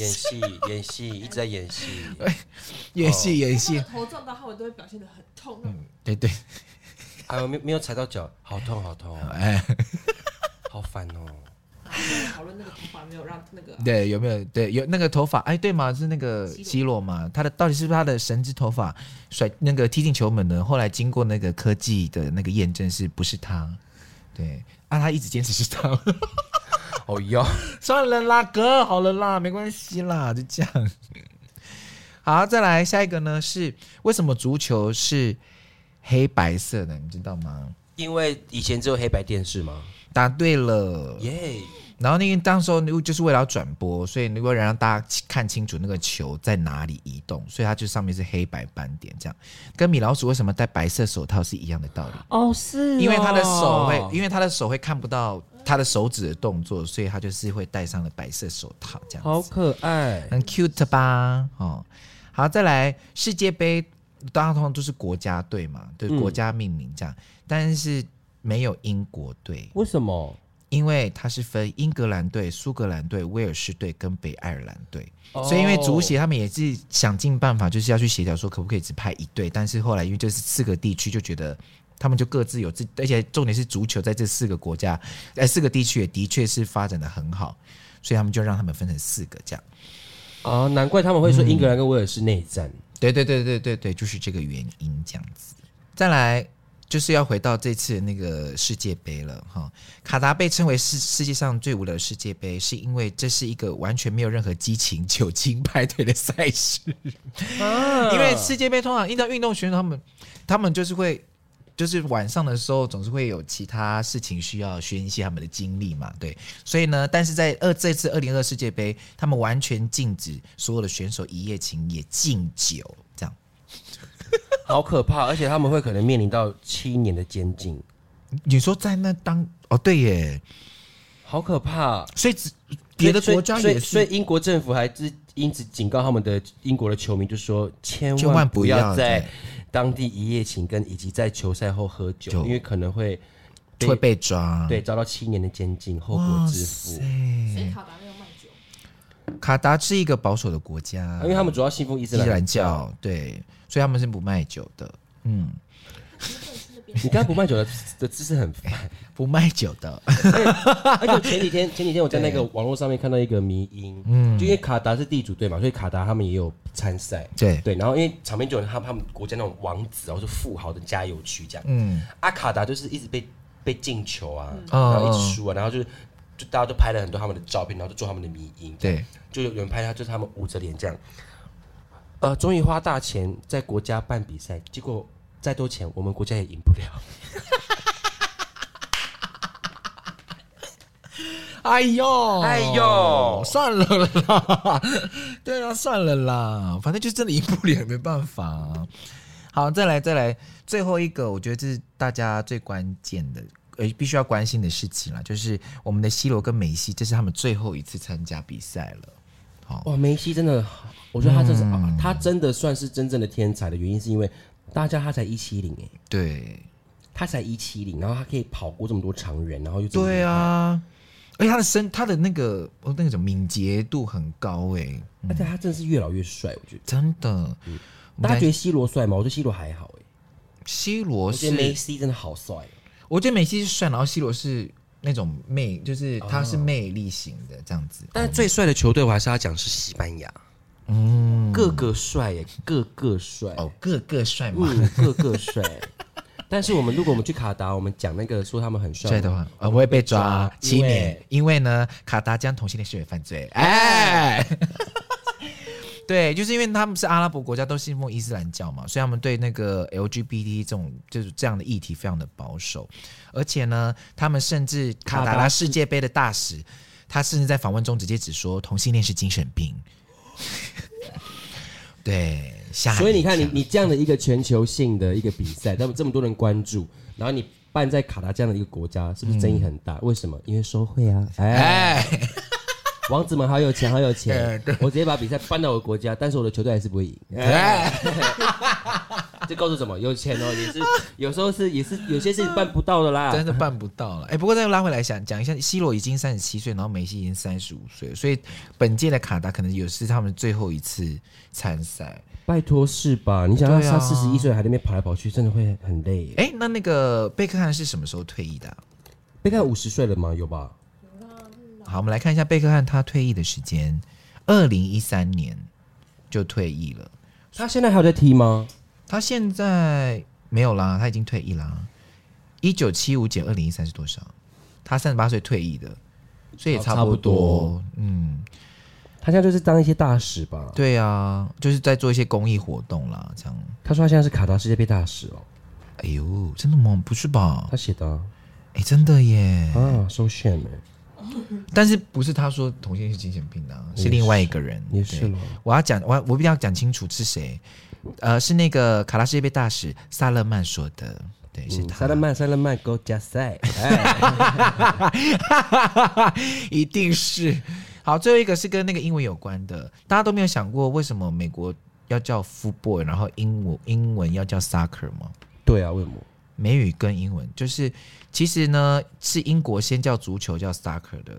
Speaker 2: 演戏，演戏，一直在演戏，
Speaker 1: 演
Speaker 2: 哦
Speaker 1: 戏演戏
Speaker 4: 他，们头撞到他们都会表现的很痛，那种
Speaker 1: 对对，
Speaker 2: 哎呦，没没有踩到脚，好痛，好痛，
Speaker 1: 哎，
Speaker 2: 好烦哦。
Speaker 4: 然后就讨论那个头发没有让那个
Speaker 1: 对，有没有对有那个头发？哎，对嘛，是那个
Speaker 4: 西罗
Speaker 1: 西罗嘛？他的到底是不是他的神之头发甩那个踢进球门的？后来经过那个科技的那个验证，是不是他？对啊，他一直坚持是他。
Speaker 2: 哦哟，
Speaker 1: 算了啦，哥，好了啦，没关系啦，就这样。好，再来下一个呢？是为什么足球是黑白色的？你知道吗？
Speaker 2: 因为以前只有黑白电视吗？
Speaker 1: 答对了。
Speaker 2: 耶，
Speaker 1: 然后那个当时候就是为了要转播，所以如果让大家看清楚那个球在哪里移动，所以它就上面是黑白斑点，这样跟米老鼠为什么戴白色手套是一样的道理。
Speaker 2: 哦是
Speaker 1: 因为他的手会，因为他的手会看不到他的手指的动作，所以他就是会戴上了白色手套这样子。
Speaker 2: 可爱，
Speaker 1: 很 cute 吧？哦，好，再来世界杯，大家通常都是国家队嘛，对、
Speaker 2: 嗯
Speaker 1: 国家命名这样，但是没有英国队，
Speaker 2: 为什么？
Speaker 1: 因为它是分英格兰队、苏格兰队、威尔士队跟北爱尔兰队，所以因为足协他们也是想尽办法，就是要去协调说可不可以只派一队，但是后来因为这是四个地区就觉得。他们就各自有自，而且重点是足球在这四个国家，呃，四个地区也的确是发展的很好，所以他们就让他们分成四个这样。
Speaker 2: 哦，难怪他们会说英格兰跟威尔士内战。
Speaker 1: 对对对对对对，就是这个原因这样子。再来就是要回到这次那个世界杯了哈，卡达被称为世世界上最无聊的世界杯，是因为这是一个完全没有任何激情、酒精派对的赛事。
Speaker 2: 嗯啊
Speaker 1: 因为世界杯通常遇到运动选手，他们他们就是会。就是晚上的时候，总是会有其他事情需要宣泄他们的精力嘛，对，所以呢，但是在二这次二零二世界杯，他们完全禁止所有的选手一夜情，也禁酒，这样
Speaker 2: 好可怕，而且他们会可能面临到七年的监禁，
Speaker 1: 你说在那当哦，对耶，
Speaker 2: 好可怕。
Speaker 1: 所以只别的
Speaker 2: 所以
Speaker 1: 国家
Speaker 2: 所以
Speaker 1: 也
Speaker 2: 所以
Speaker 1: 是
Speaker 2: 英国政府还是因此警告他们的英国的球迷，就说千
Speaker 1: 千万不
Speaker 2: 不
Speaker 1: 要
Speaker 2: 要
Speaker 1: 对
Speaker 2: 在当地一夜情跟以及在球赛后喝
Speaker 1: 酒
Speaker 2: 酒，因为可能会被
Speaker 1: 会被抓，
Speaker 2: 对遭到七年的监禁，后果
Speaker 1: 哇
Speaker 2: 自负
Speaker 1: 塞。，
Speaker 4: 所以卡达没有卖酒，
Speaker 1: 卡达是一个保守的国家，
Speaker 2: 因为他们主要信奉伊斯
Speaker 1: 伊斯兰
Speaker 2: 兰
Speaker 1: 教，对，所以他们是不卖酒的，嗯，
Speaker 2: 你刚才不卖酒的的姿势很烦，
Speaker 1: 不卖酒的，
Speaker 2: 而且前几天前几天我在那个网络上面看到一个迷因，嗯，就因为卡达是地主队嘛，所以卡达他们也有参赛，
Speaker 1: 对
Speaker 2: 对，然后因为场边就有他他们国家那种王子，啊然后是富豪的加油区这样，
Speaker 1: 嗯，
Speaker 2: 阿卡达就是一直被被进球啊，
Speaker 1: 嗯
Speaker 2: 然后一直输啊，然后就就大家都拍了很多他们的照片，然后就做他们的迷因，
Speaker 1: 对，
Speaker 2: 就有人拍他就是他们捂着脸这样，呃，终于花大钱在国家办比赛，结果再多钱我们国家也赢不了。
Speaker 1: 哎呦，
Speaker 2: 哎呦
Speaker 1: 算了啦， 对啊，算了啦，反正就真的赢不了，没办法、好，再来，再来，最后一个，我觉得这是大家最关键的，呃，必须要关心的事情啦，就是我们的 C 罗跟梅西，这是他们最后一次参加比赛了。好，
Speaker 2: 哇，梅西真的，我觉得他这是、啊他真的算是真正的天才的原因，是因为大家他才一七零哎，
Speaker 1: 对，
Speaker 2: 他才一七零，然后他可以跑过这么多常人，然后又这么
Speaker 1: 对啊，而且他的身，他的那个，哦，那个什么敏捷度很高哎、
Speaker 2: 厉害，而且他真的是越老越帅，我觉得。
Speaker 1: 真的。我们
Speaker 2: 嗯大家
Speaker 1: 来
Speaker 2: 觉得 C 罗帅吗？我觉得 C 罗还好哎，
Speaker 1: C 罗
Speaker 2: 我
Speaker 1: 是
Speaker 2: 觉得梅西真的好帅哦。
Speaker 1: 我觉得梅西是帅，然后 C 罗是那种魅，就是他是魅力型的这样子。
Speaker 2: 但是最帅的球队，我还是要讲是西班牙，
Speaker 1: 嗯，
Speaker 2: 个个帅耶，个个帅，
Speaker 1: 哦，个个帅嘛，
Speaker 2: 嗯，个 个帅。但是我们如果我们去卡达，我们讲那个说他们很帅
Speaker 1: 帅的话，呃，我会被抓
Speaker 2: 被抓
Speaker 1: 七
Speaker 2: 因为
Speaker 1: 年，因为呢，卡达将同性恋视为犯罪。 哎，对，就是因为他们是阿拉伯国家，都信奉伊斯兰教嘛，所以他们对那个 LGBT 这种就是这样的议题非常的保守，而且呢，他们甚至卡达
Speaker 2: 卡
Speaker 1: 拉
Speaker 2: 达
Speaker 1: 世界杯的大使，他甚至在访问中直接只说同性恋是精神 病。对，吓
Speaker 2: 所以你看，你
Speaker 1: 一跳
Speaker 2: 你这样的一个全球性的一个比赛，那么这么多人关注，然后你办在卡达这样的一个国家，是不是争议很大？为什么？因为收贿啊！哎，
Speaker 1: 嗯哎，
Speaker 2: 王子们好有钱，好有
Speaker 1: 哎
Speaker 2: 钱！我直接把比赛搬到我的国家，但是我的球队还是不会赢。
Speaker 1: 哎
Speaker 2: 这告诉什么？有钱哦， 也是有时候是也是有些事情办不到的啦
Speaker 1: 真。的办不到了。哎、不过再拉回来想讲一下，C 罗已经三十七岁，然后梅西已经三十五岁，所以本届的卡达可能也是他们最后一次参赛。
Speaker 2: 拜托是吧？你想要
Speaker 1: 对啊
Speaker 2: 他四十一岁还在那边跑来跑去，真的会很累耶。
Speaker 1: 哎、那那个贝克汉是什么时候退役的啊、
Speaker 2: 贝克汉五十岁了吗？有吧？
Speaker 1: 好，我们来看一下贝克汉他退役的时间，二零一三年就退役了。
Speaker 2: 他现在还有在踢吗？
Speaker 1: 他现在没有啦，他已经退役啦。一九七五减二零一三是多少？他三十八岁退役的，所以也差
Speaker 2: 差
Speaker 1: 不
Speaker 2: 不
Speaker 1: 多。
Speaker 2: 多
Speaker 1: 嗯，
Speaker 2: 他现在就是当一些大使吧。
Speaker 1: 对啊，就是在做一些公益活动啦，这样。
Speaker 2: 他说他现在是卡达世界杯大使哦，
Speaker 1: 哎呦，真的吗？不是吧
Speaker 2: 他？写的啊，
Speaker 1: 哎，真的耶！
Speaker 2: 啊，so shame 哎。
Speaker 1: 但是不是他说同性恋是精神病的、啊，是另外一个人。
Speaker 2: 也是
Speaker 1: 对
Speaker 2: 咯
Speaker 1: 我要讲，我要我必须要讲清楚是谁。呃，是那个卡拉世界杯大使萨勒曼说的，对，是
Speaker 2: 嗯
Speaker 1: 他。
Speaker 2: 萨勒曼，萨勒曼，Go 加赛！哎，
Speaker 1: 一定是。好，最后一个是跟那个英文有关的，大家都没有想过为什么美国要叫 football，然后英文英文要叫 soccer 吗？
Speaker 2: 对啊，为什么？
Speaker 1: 美语跟英文，就是其实呢是英国先叫足球叫 soccer 的，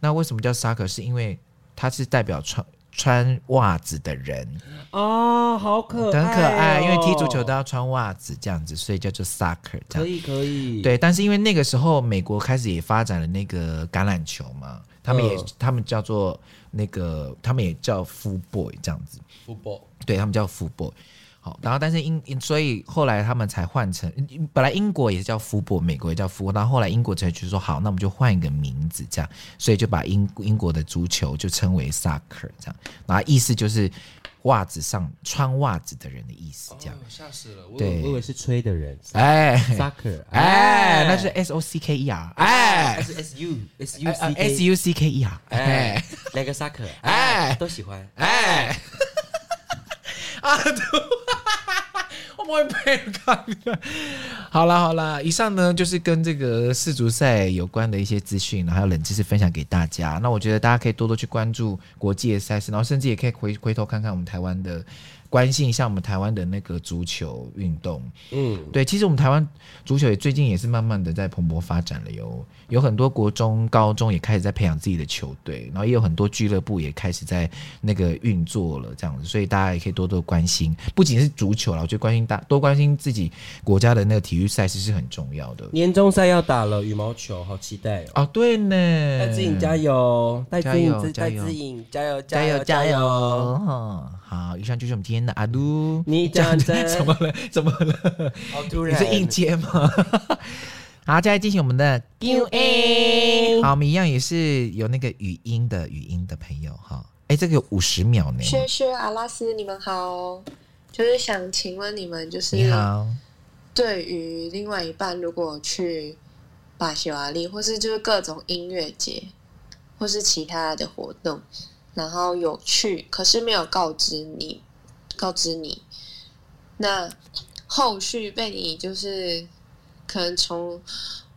Speaker 1: 那为什么叫 soccer？是因为它是代表穿穿袜子的人，
Speaker 2: 啊
Speaker 3: 哦，好可
Speaker 1: 很
Speaker 3: 爱、
Speaker 1: 可
Speaker 2: 哦
Speaker 1: 爱，因为踢足球都。要穿袜子这样子，所以叫做 soccer 这
Speaker 2: 可
Speaker 1: 样。
Speaker 2: 以可以，，
Speaker 1: 对，但是因为那个时候美国开始也发展了那个橄榄球嘛，他们也、
Speaker 2: 嗯
Speaker 1: 他们叫做那个他们也叫 football 这样子，
Speaker 2: football
Speaker 1: 对他们叫 football。好，然后但是英英所以后来他们才换成，嗯本来英国也是叫 football，美国也叫 football，然后后来英国才去说好，那我们就换一个名字这样，所以就把英英国的足球就称为 soccer 这样，然后意思就是袜子上穿袜子的人的意思这样，
Speaker 2: 哎吓死了，我
Speaker 1: 对
Speaker 2: 我以为是吹的人
Speaker 1: 哎、
Speaker 2: ，soccer，
Speaker 1: 哎，那是 S O C K E R，哎
Speaker 2: 那是 S U S U C
Speaker 1: ，S
Speaker 2: K，
Speaker 1: U C K E R，哎
Speaker 2: 哎，两个 soccer，
Speaker 1: 哎
Speaker 2: 哎，都喜欢，
Speaker 1: 哎，啊，对， 我们会被看的。好啦好啦，以上呢就是跟这个世足赛有关的一些资讯，还有冷知识分享给大家。那我觉得大家可以多多去关注国际的赛事，然后甚至也可以回回头看看我们台湾的，关心一下我们台湾的那个足球运动。
Speaker 2: 嗯，
Speaker 1: 对，其实我们台湾足球也最近也是慢慢的在蓬勃发展了哟，有很多国中、高中也开始在培养自己的球队，然后也有很多俱乐部也开始在那个运作了，这样子，所以大家也可以多多关心，不仅是足球啦，我觉得关心大多关心自己国家的那个体育赛事是很重要的。
Speaker 2: 年终赛要打了，羽毛球，好期待哦。
Speaker 1: 哦，对呢，
Speaker 2: 戴志颖加油！戴志
Speaker 1: 加油
Speaker 2: 颖，
Speaker 1: 加
Speaker 2: 戴
Speaker 1: 油
Speaker 2: 志颖加油！
Speaker 1: 加
Speaker 2: 加
Speaker 1: 油
Speaker 2: 油！
Speaker 1: 加
Speaker 2: 加
Speaker 1: 油！
Speaker 2: 油！
Speaker 1: 哦好，以上就是我们今天的阿都。
Speaker 2: 你讲真，
Speaker 1: 怎么了？怎么了？
Speaker 2: 好突
Speaker 1: 你是硬接吗？ 好，接下来进行我们的
Speaker 2: Q&A
Speaker 1: 好，我们一样也是有那个语音的语音的朋友哈。哎、这个有五十秒呢。
Speaker 5: 轩轩、阿拉斯，你们好，就是想请问你们，就是
Speaker 1: 你好，
Speaker 5: 对于另外一半，如果去巴西瓦利，或是就是各种音乐节，或是其他的活动，然后有去，可是没有告知你，告知你，那后续被你就是可能从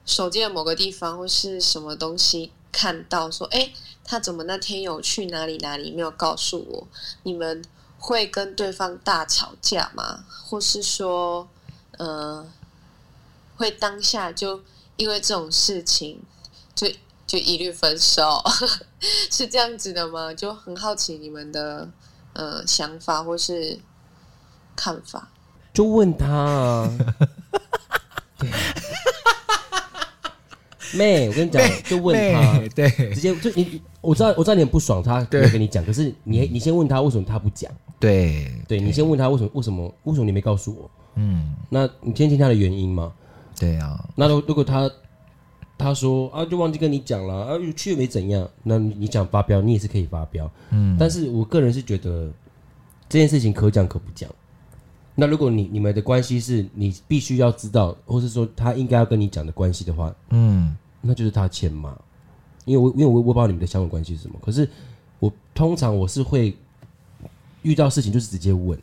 Speaker 5: 手机的某个地方或是什么东西看到说，哎，他怎么那天有去哪里哪里没有告诉我？你们会跟对方大吵架吗？或是说？呃，会当下就因为这种事情就就一律分手， 是这样子的吗？就很好奇你们的呃想法或是看法。
Speaker 2: 就问他 啊。对妹，我跟你讲，就问他，
Speaker 1: 对
Speaker 2: 直接就你，我知道，我知道你很不爽，他没有跟你讲，可是你，你先问他为什么他不讲？
Speaker 1: 对
Speaker 2: 对你先问他为什么，为什么，为什么你没告诉我？
Speaker 1: 嗯，
Speaker 2: 那你先听他的原因嘛。
Speaker 1: 对啊，
Speaker 2: 那如如果他他说啊，就忘记跟你讲了啊，有去也没怎样，那你你想发飙，你也是可以发飙。嗯，但是我个人是觉得这件事情可讲可不讲。那如果你你们的关系是你必须要知道，或是说他应该要跟你讲的关系的话，
Speaker 1: 嗯，
Speaker 2: 那就是他欠骂。因为我因为我我不知道你们的相处关系是什么，可是我通常我是会遇到事情就是直接问，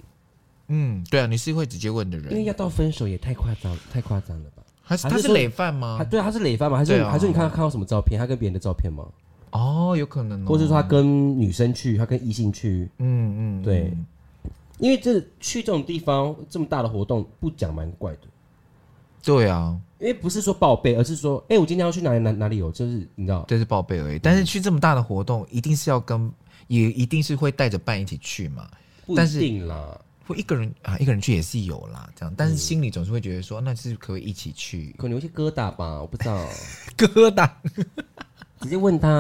Speaker 1: 嗯，对啊，你是会直接问的
Speaker 2: 因为
Speaker 1: 人。
Speaker 2: 要到分手也太夸张太夸张了吧？
Speaker 1: 他是
Speaker 2: 还
Speaker 1: 他
Speaker 2: 是
Speaker 1: 是
Speaker 2: 说
Speaker 1: 累犯吗
Speaker 2: 他？对啊，他是累犯吗？还是、
Speaker 1: 对啊
Speaker 2: 还是你看他看到什么照片？他跟别人的照片吗？
Speaker 1: 哦，有可能哦。
Speaker 2: 或者说他跟女生去，他跟异性去？
Speaker 1: 嗯嗯，
Speaker 2: 对，因为这去这种地方这么大的活动不讲蛮怪的，
Speaker 1: 对啊，
Speaker 2: 因为不是说报备，而是说，哎、我今天要去哪里哪哪里有，就是你知道，
Speaker 1: 这是报备而
Speaker 2: 嗯
Speaker 1: 已。但是去这么大的活动，一定是要跟，也一定是会带着伴一起去嘛。
Speaker 2: 不
Speaker 1: 但
Speaker 2: 一
Speaker 1: 是
Speaker 2: 定啦。
Speaker 1: 会一个人啊，一个人去也是有啦，这样，但
Speaker 2: 嗯
Speaker 1: 是心里总是会觉得说，那是不是可不可以一起 去
Speaker 2: 可能有一些疙瘩吧，我不知道，
Speaker 1: 疙瘩？
Speaker 2: 直接问他，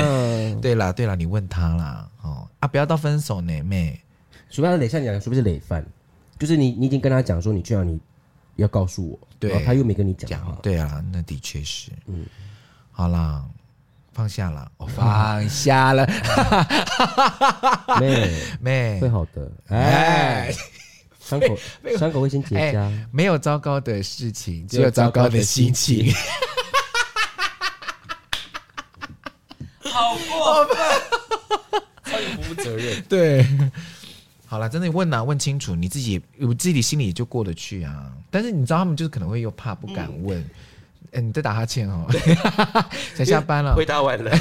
Speaker 1: 对啦，对啦，你问他啦，哦啊，不要到分手呢，妹，
Speaker 2: 除非他累，像你讲，除非是累犯，就是你你已经跟他讲说你去哪里要告诉我，
Speaker 1: 对
Speaker 2: 然后他又没跟你讲的
Speaker 1: 讲
Speaker 2: 话，
Speaker 1: 对啊，那的确是，嗯，好啦，放下啦，我、放下了，
Speaker 2: 妹
Speaker 1: 妹
Speaker 2: 会，好的，哎
Speaker 1: 哎，，
Speaker 2: 伤口伤口会先结痂。
Speaker 1: 哎，没有糟糕的事情，只
Speaker 2: 只有
Speaker 1: 有糟糕的心情。
Speaker 3: 好过分，
Speaker 2: 不负责任。
Speaker 1: 对，好了，真的问啊，问清楚，你自己我自己心里也就过得去啊。但是你知道他们就是可能会又怕不敢问。嗯你在打哈 欠哦，才下班了。
Speaker 3: 答完了。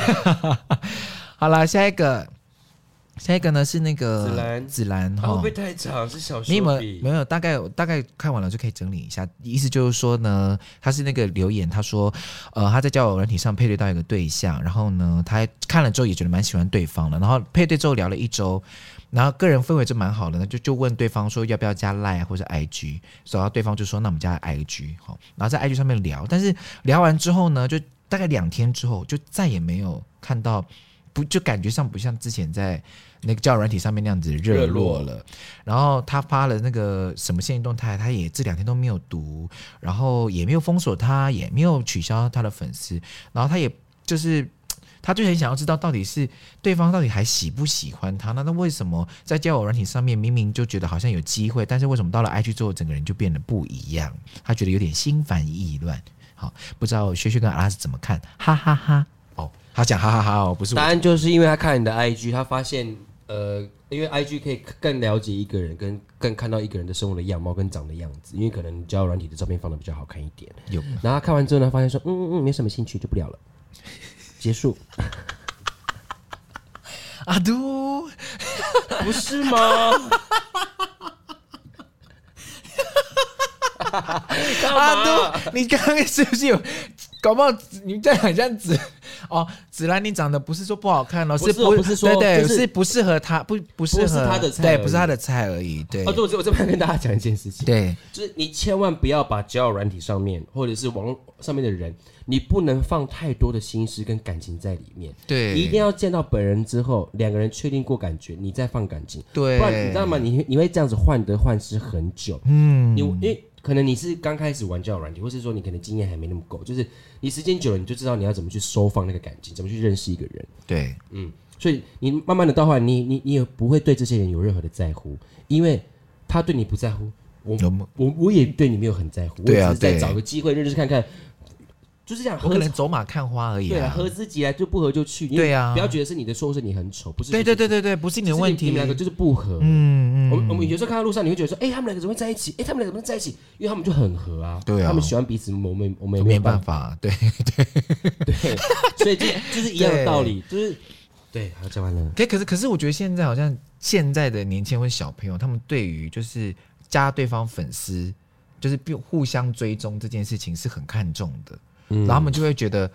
Speaker 1: 好了，下一个下一个呢是那个
Speaker 3: 紫兰哦
Speaker 1: 紫兰
Speaker 3: 它会
Speaker 1: 哈
Speaker 3: 不，会太长？是小
Speaker 1: 你有
Speaker 3: 说
Speaker 1: 没有没
Speaker 3: 比
Speaker 1: 有大概大概看完了就可以整理一下？意思就是说呢，他是那个留言，他说，呃，他在交友软体上配对到一个对象，然后呢，他看了之后也觉得蛮喜欢对方的，然后配对之后聊了一周，然后个人氛围就蛮好的，那就就问对方说要不要加 Line 或者 IG，然后对方就说那我们加 IG 好，然后在 IG 上面聊，但是聊完之后呢，就大概两天之后就再也没有看到，不就感觉上不像之前在那个交友软体上面那样子热络了。然后他发了那个什么现实动态，他也这两天都没有读，然后也没有封锁他，也没有取消他的粉丝，然后他也就是。他就很想要知道，到底是对方到底还喜不喜欢他？那那为什么在交友软体上面明明就觉得好像有机会，但是为什么到了 IG 之后，整个人就变得不一样？他觉得有点心烦意乱。好，不知道薛薛跟阿拉是怎么看？哈哈哈哦，他讲哈哈哈哦，不是我
Speaker 2: 答案就是因为他看你的 IG，他发现呃，因为 IG 可以更了解一个人，跟更看到一个人的生活的样貌跟长的样子，因为可能交友软体的照片放的比较好看一点。
Speaker 1: 有
Speaker 2: 然后他看完之后呢，发现说嗯嗯嗯，没什么兴趣，就不聊了，结束，
Speaker 1: 阿都，
Speaker 2: 不是吗？
Speaker 3: 啊
Speaker 1: 阿
Speaker 2: 啊
Speaker 1: 都，你刚刚是不是有？搞不好你这样很像子哦，子兰，你长得不是说不好看哦，
Speaker 2: 不是
Speaker 1: 不
Speaker 2: 我不是说
Speaker 1: 对对，
Speaker 2: 就是
Speaker 1: 是不适合他，不不适合
Speaker 2: 不是他的菜
Speaker 1: 对，
Speaker 2: 而已
Speaker 1: 不是他的菜而已，对
Speaker 2: 哦，对，我这我这边跟大家讲一件事情，
Speaker 1: 对，
Speaker 2: 就是你千万不要把交友软体上面或者是网络上面的人，你不能放太多的心思跟感情在里面。
Speaker 1: 对
Speaker 2: 一定要见到本人之后，两个人确定过感觉，你再放感情。
Speaker 1: 对
Speaker 2: 不然你知道吗？你你会这样子患得患失很久。嗯，你因为可能你是刚开始玩交友软体，或是说你可能经验还没那么够，就是你时间久了，你就知道你要怎么去收放那个感情，怎么去认识一个人。
Speaker 1: 对，
Speaker 2: 所以你慢慢的到后来，你你你也不会对这些人有任何的在乎，因为他对你不在乎，我
Speaker 1: 有没
Speaker 2: 我我也对你没有很在乎，我
Speaker 1: 对
Speaker 2: 也
Speaker 1: 啊
Speaker 2: 只是在
Speaker 1: 对
Speaker 2: 找个机会认识看看，就是这样
Speaker 1: 我
Speaker 2: 合
Speaker 1: 可能走马看花而已
Speaker 2: 对啊，
Speaker 1: 啊，
Speaker 2: 合自己来就不合就去，你
Speaker 1: 对啊
Speaker 2: 不要觉得是你的错，或是你很丑，不是
Speaker 1: 对对对对对，不是你
Speaker 2: 你
Speaker 1: 的问题，
Speaker 2: 你们两个就是不合。
Speaker 1: 嗯
Speaker 2: 我
Speaker 1: 嗯，
Speaker 2: 们我们有时候看到路上，你会觉得说，哎、他们两个怎么会在一起？哎、他们两个怎么会在一起？因为他们就很合啊，
Speaker 1: 对啊
Speaker 2: 他们喜欢彼此，我们我们也
Speaker 1: 没
Speaker 2: 有
Speaker 1: 办
Speaker 2: 办法，
Speaker 1: 法，对。
Speaker 2: 对，所以就就是一样的道理，就是对，好讲完了。
Speaker 1: 可可是可是，我觉得现在好像现在的年轻人或小朋友，他们对于就是加对方粉丝，就是并互相追踪这件事情是很看重的，
Speaker 2: 嗯
Speaker 1: 然后他们就会觉得。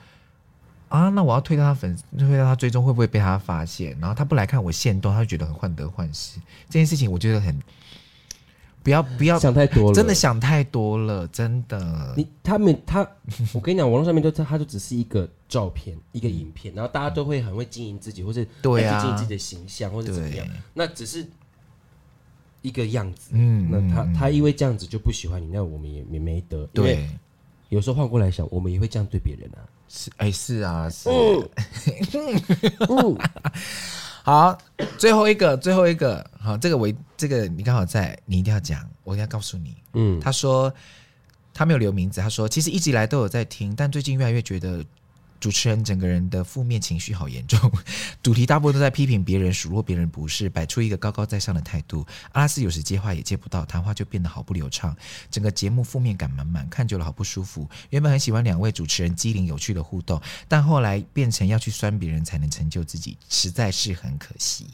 Speaker 1: 啊，那我要推掉他粉丝，推掉他追踪会不会被他发现？然后他不来看我现动，他就觉得很患得患失。这件事情我觉得很，不要不要，
Speaker 2: 想太多了，
Speaker 1: 真的想太多了，真的。
Speaker 2: 你他们他，我跟你讲，网络上面就它就只是一个照片，一个影片，然后大家都会很会经营自己，或是
Speaker 1: 对啊
Speaker 2: 去经营自己的形象，或者怎么样
Speaker 1: 对，
Speaker 2: 那只是一个样子。
Speaker 1: 嗯
Speaker 2: 那他他因为这样子就不喜欢你，那我们也也没得。因为
Speaker 1: 对，
Speaker 2: 有时候换过来想，我们也会这样对别人啊。
Speaker 1: 是哎、是啊，是啊
Speaker 2: 嗯，
Speaker 1: 好，最后一个，最后一个，好，这个我一这个你刚好在，你一定要讲，我一定要告诉你。
Speaker 2: 嗯
Speaker 1: 他说他没有留名字，他说其实一直以来都有在听，但最近越来越觉得主持人整个人的负面情绪好严重，主题大部分都在批评别人、数落别人不是，摆出一个高高在上的态度。阿拉斯有时接话也接不到，谈话就变得好不流畅，整个节目负面感满满，看久了好不舒服。原本很喜欢两位主持人机灵有趣的互动，但后来变成要去酸别人才能成就自己，实在是很可惜。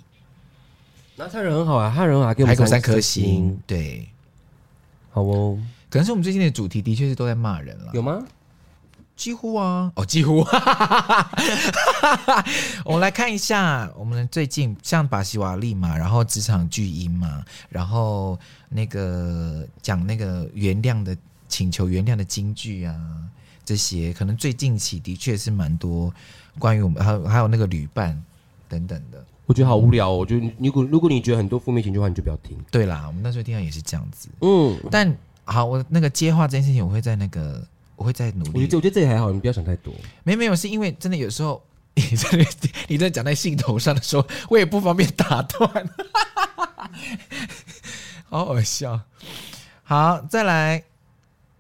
Speaker 2: 然后他人很好啊，他人很好，给我
Speaker 1: 海
Speaker 2: 们
Speaker 1: 口三
Speaker 2: 颗
Speaker 1: 颗星，，对，
Speaker 2: 好哦，
Speaker 1: 可能是我们最近的主题的确是都在骂人了。
Speaker 2: 有吗？
Speaker 1: 几乎啊，哦，几乎， 我们来看一下，我们最近像巴西瓦利嘛，然后职场巨婴嘛，然后那个讲那个原谅的请求原谅的金句啊，这些可能最近期的确是蛮多关于我们，还有还有那个旅伴等等的。
Speaker 2: 我觉得好无聊哦。我觉得你如果如果你觉得很多负面情绪的话，你就不要听。
Speaker 1: 对啦，我们那时候听到也是这样子，
Speaker 2: 嗯，
Speaker 1: 但好，我那个接话这件事情，我会在那个，我会再努
Speaker 2: 我
Speaker 1: 力
Speaker 2: 觉得这我觉得这也还好，你不要想太多。
Speaker 1: 没没有，是因为真的有时候 你真的你真的讲在兴头上的时候，我也不方便打断， 好好笑。好，再来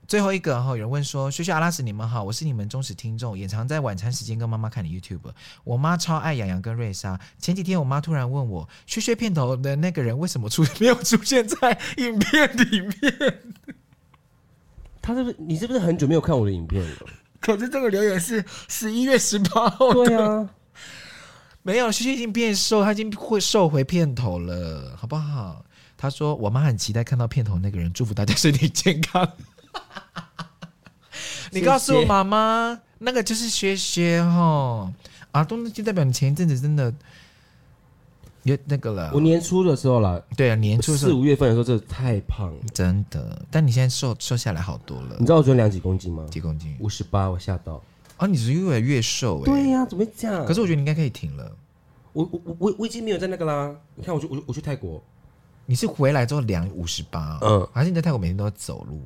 Speaker 1: 最后一个哈，有人问说：“学学阿拉斯，你们好，我是你们忠实听众，也常在晚餐时间跟妈妈看你 YouTube。我妈超爱洋洋跟瑞莎。前几天我妈突然问我，学学片头的那个人为什么出 没有出现在影片里面？
Speaker 2: 他是不是你是不是很久没有看 我的影片了？
Speaker 1: 可是这个留言是十一月十八号
Speaker 2: 对啊，
Speaker 1: 没有，萱萱已经变瘦，她已经会瘦回片头了，好不好？她说我妈很期待看到片头那个人，祝福大家身体健康。 你告诉
Speaker 2: 谢谢
Speaker 1: 妈妈，那个就是薛薛哈啊，东就代表你前一阵子真的有那个了
Speaker 2: 我。年初的时候啦，
Speaker 1: 对啊，年初的时
Speaker 2: 四
Speaker 1: 候嗯
Speaker 2: 五月份的时候真的太胖了。
Speaker 1: 真的，但你现在瘦瘦下来好多了
Speaker 2: 你，知道我昨天量几公斤吗？
Speaker 1: 几公斤？
Speaker 2: 五十八，我吓到。
Speaker 1: 哦，你是越来越瘦哎、
Speaker 2: 对呀、啊怎么会这样？
Speaker 1: 可是我觉得你应该可以停了。
Speaker 2: 我我我我我已经没有在那个啦。你看，我去我去我去泰国，
Speaker 1: 你是回来之后量五十八，嗯
Speaker 2: 嗯，
Speaker 1: 还是你在泰国每天都要走路？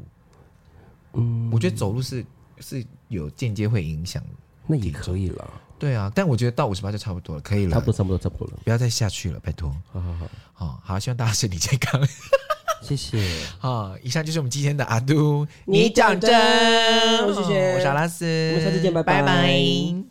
Speaker 1: 嗯，我觉得走路是是有间接会影响的。
Speaker 2: 那也可以啦，
Speaker 1: 对啊，但我觉得到五十八就差不多了，可以了，
Speaker 2: 差不多，差不多差不多了。
Speaker 1: 不要再下去了，拜托。
Speaker 2: 好好好，
Speaker 1: 好、哦，好，希望大家身体健康。
Speaker 2: 谢谢。
Speaker 1: 好、以上就是我们今天的阿都，
Speaker 2: 你讲真
Speaker 1: 我
Speaker 2: 我是轩
Speaker 1: 哦我是阿拉斯，
Speaker 2: 我们下次见拜
Speaker 1: 拜
Speaker 2: 拜
Speaker 1: 拜